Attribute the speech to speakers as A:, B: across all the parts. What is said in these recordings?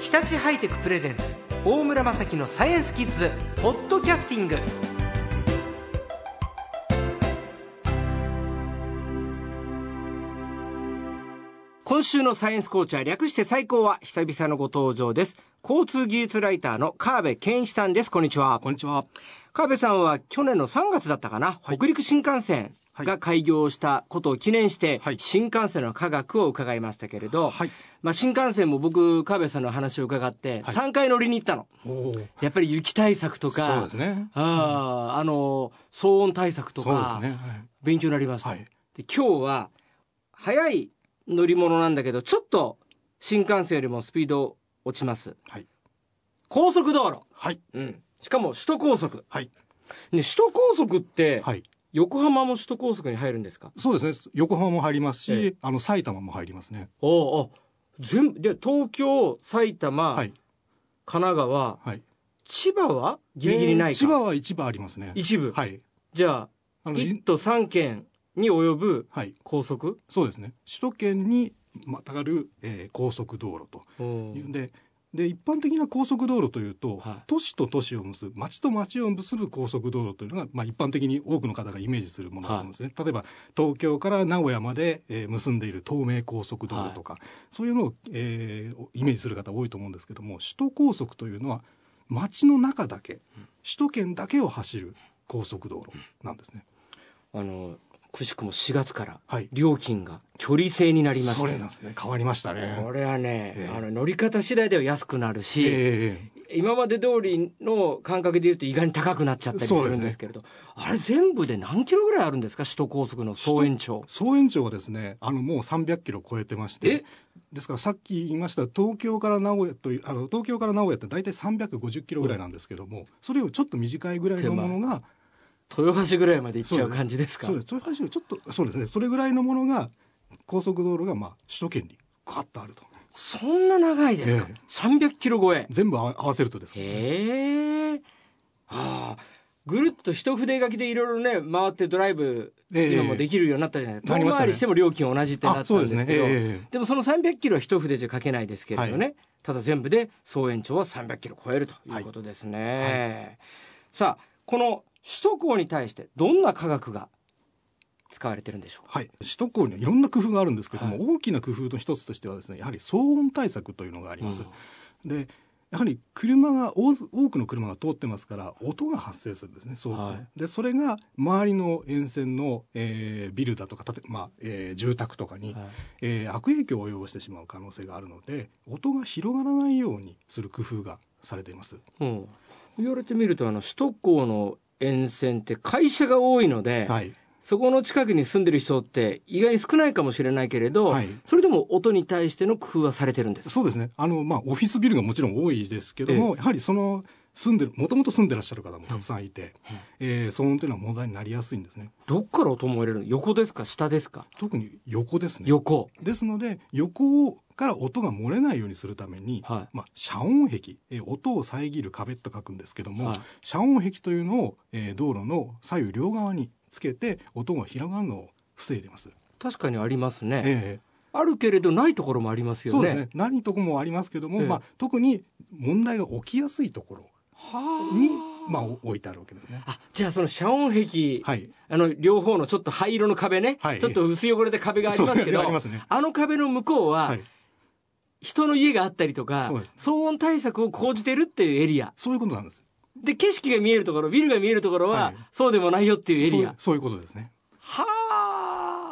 A: 日立ハイテクプレゼンツ大村雅樹のサイエンスキッズポッドキャスティング今週のサイエンスコーチャー略して最高は久々のご登場です交通技術ライターの川辺健一さんですこんにちは
B: こんにちは。
A: 川辺さんは去年の3月だったかな、北陸新幹線が開業したことを記念して、
B: はい
A: 新幹線の科学を伺いましたけれど、
B: はい
A: まあ、新幹線も僕川辺さんの話を伺って3回乗りに行ったの、やっぱり雪対策とか
B: そうですね
A: あーあの騒音対策と
B: そうで
A: か、
B: すね。はい
A: 勉強になりました、
B: はい
A: で今日は速い乗り物なんだけどちょっと新幹線よりもスピード落ちます
B: はい
A: 高速道路、
B: はい
A: うん、しかも首都高速
B: はい
A: ね、首都高速って、
B: はい。
A: 横浜も首都高速に入るんですか
B: そうですね。横浜も入りますし、
A: ええ
B: あの埼玉も入りますね。
A: おあ全部で東京埼玉、
B: はい
A: 神奈川
B: はい。
A: 千葉はギリギリないか、
B: えー千葉は一部ありますね。
A: 一部、
B: はい。
A: じゃ
B: あ
A: あ
B: のじ
A: 1都3県に及ぶ
B: はい。
A: 高速
B: そうですね。首都圏にまたがる、えー高速道路というんで。で一般的な高速道路というと、
A: はい
B: 都市と都市を結ぶ町と町を結ぶ高速道路というのが、まあ、一般的に多くの方がイメージするものなんですね、例えば東京から名古屋まで、えー結んでいる東名高速道路とか、そういうのを、えーイメージする方多いと思うんですけども首都高速というのは町の中だけ首都圏だけを走る高速道路なんですね。
A: あのくしくも4月から
B: はい、
A: 料金が距離制になりまし
B: それ
A: て
B: なんですね変わりました
A: こ
B: ね。
A: れはね、
B: ええ
A: あの乗り方次第では安くなるし、
B: えー
A: 今まで通りの感覚で言うと意外に高くなっちゃったりす
B: そうで
A: る
B: す
A: ん
B: ね
A: ですけれど、あれ全部で何キロぐらいあるんですか首都高速の総延長
B: 総延長はですねあのもう300キロ超えてまし
A: え
B: てですからさっき言いました東京から名古屋というあの東京から名古屋って大体350キロぐらいなんですけども、それよりちょっと短いぐらいのものが
A: 豊橋ぐらいまで行っちゃう感じですか
B: そうですそういう話をちょっとそうですねそれぐらいのものが高速道路がまあ首都圏にガッとあると
A: そんな長いですか、
B: ええ
A: 300キロ超え
B: 全部合わ合わせるとですね
A: へえああぐるっと一筆書きでいろいろね回ってドライブ
B: ええ
A: 今もできるようになったじゃないですか、
B: なり
A: 遠
B: ましたね
A: 回りしても料金同じってな
B: あ
A: っ
B: そ
A: た
B: うんで
A: ですす
B: ね
A: けど
B: ええええ
A: でもその300キロは一筆じゃ書けないですけれどね、ただ全部で総延長は300キロ超えるということですね、さあこの首都高に対してどんな科学が使われてるんでしょうか
B: はい、首都高にはいろんな工夫があるんですけども、
A: はい
B: 大きな工夫の一つとしてはですねやはり騒音対策というのがあります、でやはり車が多多くの車が通ってますから音が発生するんですね騒音
A: はい
B: でそれが周りの沿線の、えービルだとか建て、まあえー住宅とかに、
A: はい
B: えー悪影響を及ぼしてしまう可能性があるので音が広がらないようにする工夫がされています。
A: うん、言われてみるとあの首都高の沿線って会社が多いので、
B: はい、
A: そこの近くに住んでる人って意外に少ないかもしれないけれど、
B: はい
A: それでも音に対しての工夫はされてるんですか
B: そうですね。あの、まあ、オフィスビルがもちろん多いですけども、やはりその、住んでる、もともと住んでらっしゃる方もたくさんいて、えー騒音というのは問題になりやすいんですね。
A: どっから音も入れるの横ですか下ですか
B: 特に横ですね。
A: 横
B: ですので、横から音が漏れないようにするために、
A: はい
B: まあ、遮音壁、えー音を遮る壁と書くんですけども、
A: はい
B: 遮音壁というのを、えー道路の左右両側につけて、音が広がるのを防いでます。
A: 確かにありますね、
B: えー
A: あるけれどないところもありますよ
B: そう
A: ね
B: ですね。何とこもありますけども、
A: ええ
B: まあ、特に問題が起きやすいところ
A: はあ
B: に、まあ、お置いてあるわけですね。
A: あじゃあその遮音壁、
B: はい。
A: あの両方のちょっと灰色の壁ね、
B: はい
A: ちょっと薄汚れた壁がありますけど
B: そうあり ますね
A: あの壁の向こうは、
B: はい。
A: 人の家があったりとか
B: そうで
A: 騒音対策を講じてるっていうエリア
B: そういうことなんです。
A: で景色が見えるところビルが見えるところは、
B: はい
A: そうでもないよっていうエリ
B: そう
A: ア
B: そういうことですね。
A: は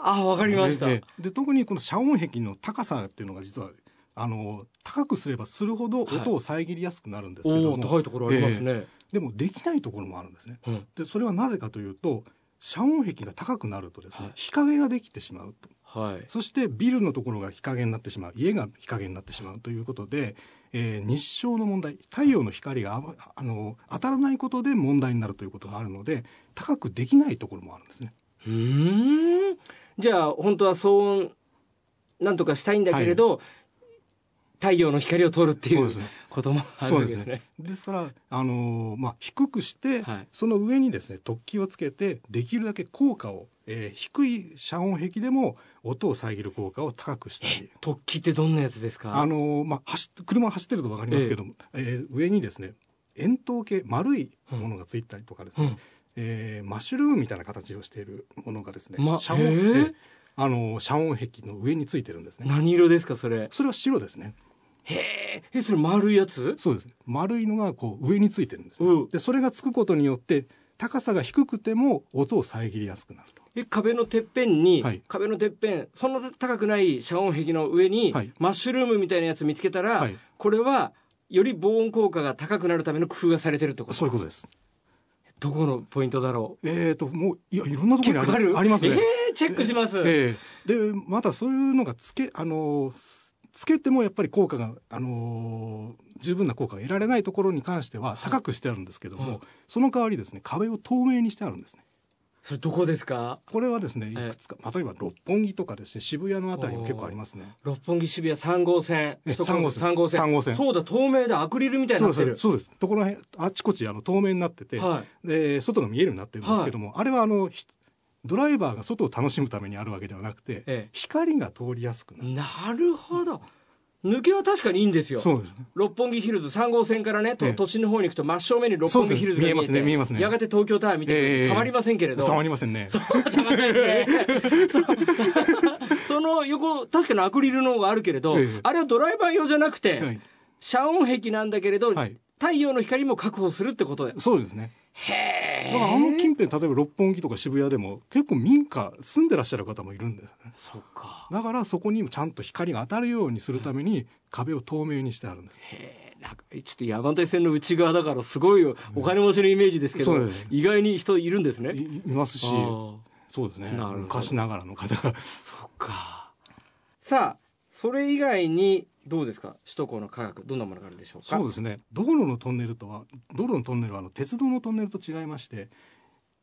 A: ああわかりました、
B: ええええで、特にこの遮音壁の高さっていうのが実は、あの、高くすればするほど
A: はい
B: 音を遮りやすくなるんですけ
A: お
B: ど
A: お
B: も、
A: 高いところありますね、
B: でもできないところもあるんですね。
A: うん
B: で、それはなぜかというと、遮音壁が高くなるとですね、
A: はい
B: 日陰ができてしまうと。
A: はい
B: そしてビルのところが日陰になってしまう、家が日陰になってしまうということで、えー日照の問題、太陽の光があわあの当たらないことで問題になるということがあるので、高くできないところもあるんですね。
A: うーんじゃあ本当は騒音なんとかしたいんだけれど、太陽の光を通るってい
B: そう
A: う
B: ですね
A: こともあ る
B: そ
A: わ
B: うで
A: けですすね
B: ね。ですから、あのーまあ、低くして、
A: はい
B: その上にですね、突起をつけて、できるだけ効果をえー、低い遮音壁でも音を遮る効果を高くしたり
A: 突起ってどんなやつですか
B: あのー、まあ、走車走ってると分かりますけども、えー、えー、上にですね円筒形丸いものがついたりとかですね、うん、えー、マッシュルームみたいな形をしているものがですね、
A: ま、
B: 遮音、えー、あの遮音壁の上についてるんですね
A: 何色ですかそれ
B: それは白ですね
A: へえそれ丸いやつ
B: そうです丸いのがこう上についてるんです、ねうん、でそれがつくことによって高さが低くても音を遮りやすくなると
A: え壁のてっぺんに、はい、壁のてっぺんそんな高くない遮音壁の上に、はい、マッシュルームみたいなやつ見つけたら、はい、これはより防音効果が高くなるための工夫がされてるってこと
B: そういうことです
A: どこのポイントだろ
B: う。えっ、ー、と、もう、いや、いろんなところにあるありますね。
A: えー、チェックします。
B: えー、で、またそういうのがつけ、あの、つけてもやっぱり効果が、あの十分な効果が得られないところに関しては高くしてあるんですけども、はいうん、その代わりですね、壁を透明にしてあるんですね。
A: それどこですか
B: これはですねいくつか、例えば六本木とかですね渋谷のあたりも結構ありますね
A: 六本木渋谷3号線
B: 3号線3
A: 号線 ,3 号線そうだ透明だアクリルみたいになってる
B: そうですところへあちこちあの透明になってて、はい、で外が見えるようになってるんですけども、はい、あれはあのドライバーが外を楽しむためにあるわけではなくて、ええ、光が通りやすくなる
A: なるほど、抜けは確かにいいんですよ。
B: そうです、ね、
A: 六本木ヒルズ3号線からね、ええ、都心の方に行くと真正面に六本木ヒルズが見えますね、見えますね。やがて東京タワー見て、えー、たまりませんけれど。
B: たまりませんね。
A: そう、たまないね。その横、確かにアクリルのがあるけれど、えー、あれはドライバー用じゃなくて、はい、遮音壁なんだけれど、はい、太陽の光も確保するってことで。
B: そうですね。
A: へ
B: え。だからあの近辺、例えば六本木とか渋谷でも結構民家住んでらっしゃる方もいるんですね。
A: そっか。
B: だからそこにちゃんと光が当たるようにするために壁を透明にしてあるんです。
A: へえ。なんかちょっと山手線の内側だからすごいお金持ちのイメージですけど、うんね、意外に人いるんですね。
B: いますし、そうですね。昔ながらの方が。
A: そっか。さあ、それ以外にどうですか首都高の科学どんなものがあるでしょうか
B: そうですね道路のトンネルとは道路のトンネルはあの鉄道のトンネルと違いまして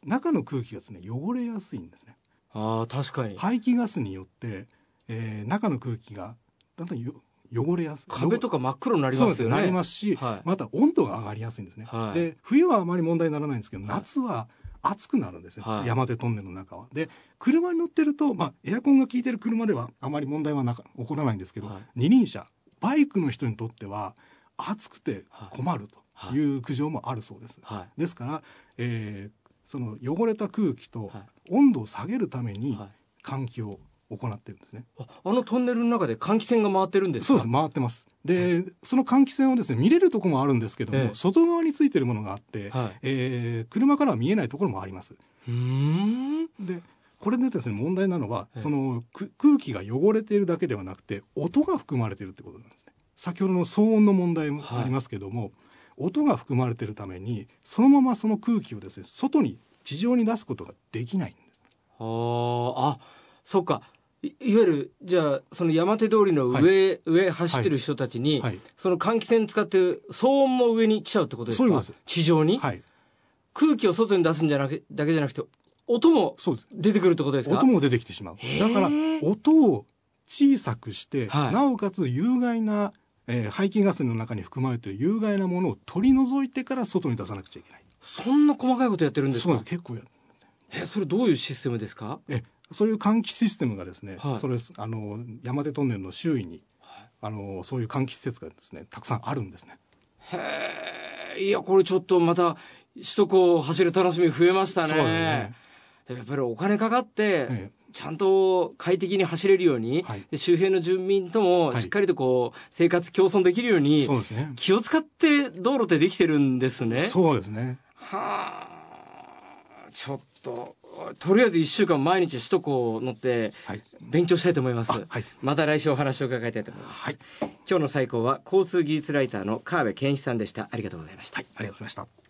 B: 中の空気がですね汚れやすいんですね
A: あ確かに
B: 排気ガスによって、えー、中の空気がだんだんよ汚れやすい
A: 壁とか真っ黒になりますよね
B: なりますし、はい、また温度が上がりやすいんですね、はい、で冬はあまり問題にならないんですけど夏は、暑くなるんですよ、はい、山手トンネルの中は。で車に乗ってると、まあ、エアコンが効いてる車ではあまり問題はなか起こらないんですけど、はい、二輪車バイクの人にとっては暑くて困るという苦情もあるそうです。はい、ですから、えー、その汚れた空気と温度を下げるために換気を行ってるんですね
A: あ。あのトンネルの中で換気扇が回ってるんです
B: そうです、回ってます。で、はい、その換気扇をですね、見れるとこもあるんですけども、ええ、外側についてるものがあって、はい、えー、車からは見えないところもあります。で、これでですね、問題なのは、その空気が汚れているだけではなくて、音が含まれているってことなんですね。先ほどの騒音の問題もありますけども、はい、音が含まれているために、そのままその空気をですね、外に、地上に出すことができないんです。
A: はあ、そっか。い,いわゆるじゃあその山手通りの上、はい、上走ってる人たちに、はいはい、その換気扇使って騒音も上に来ちゃうってことですか地上に、空気を外に出すんじゃなくだけじゃなくて音も出てくるってことですか
B: 音も出てきてしまうだから音を小さくして、なおかつ有害な、えー、排気ガスの中に含まれている有害なものを取り除いてから外に出さなくちゃいけない
A: そんな細かいことやってるんですか
B: そう結構や
A: えそれどういうシステムですか
B: えそういう換気システムがですね、はい、それあの山手トンネルの周囲に、はい、あのそういう換気施設がですねたくさんあるんですね。
A: へえいやこれちょっとまた首都高を走る楽しみ増えましたね。ねやっぱりお金かかって、ねちゃんと快適に走れるように、はい、周辺の住民ともしっかりとこう、生活共存できるように、
B: そうですね、
A: 気を使って道路ってできてるんですね。
B: そうですね。
A: はあ、ちょっと。とりあえず1週間毎日首都高を乗って勉強したいと思います、はいはい、また来週お話を伺いたいと思います、はい、今日の最高は交通技術ライターの川辺健一さんでしたありがとうございました、
B: ありがとうございました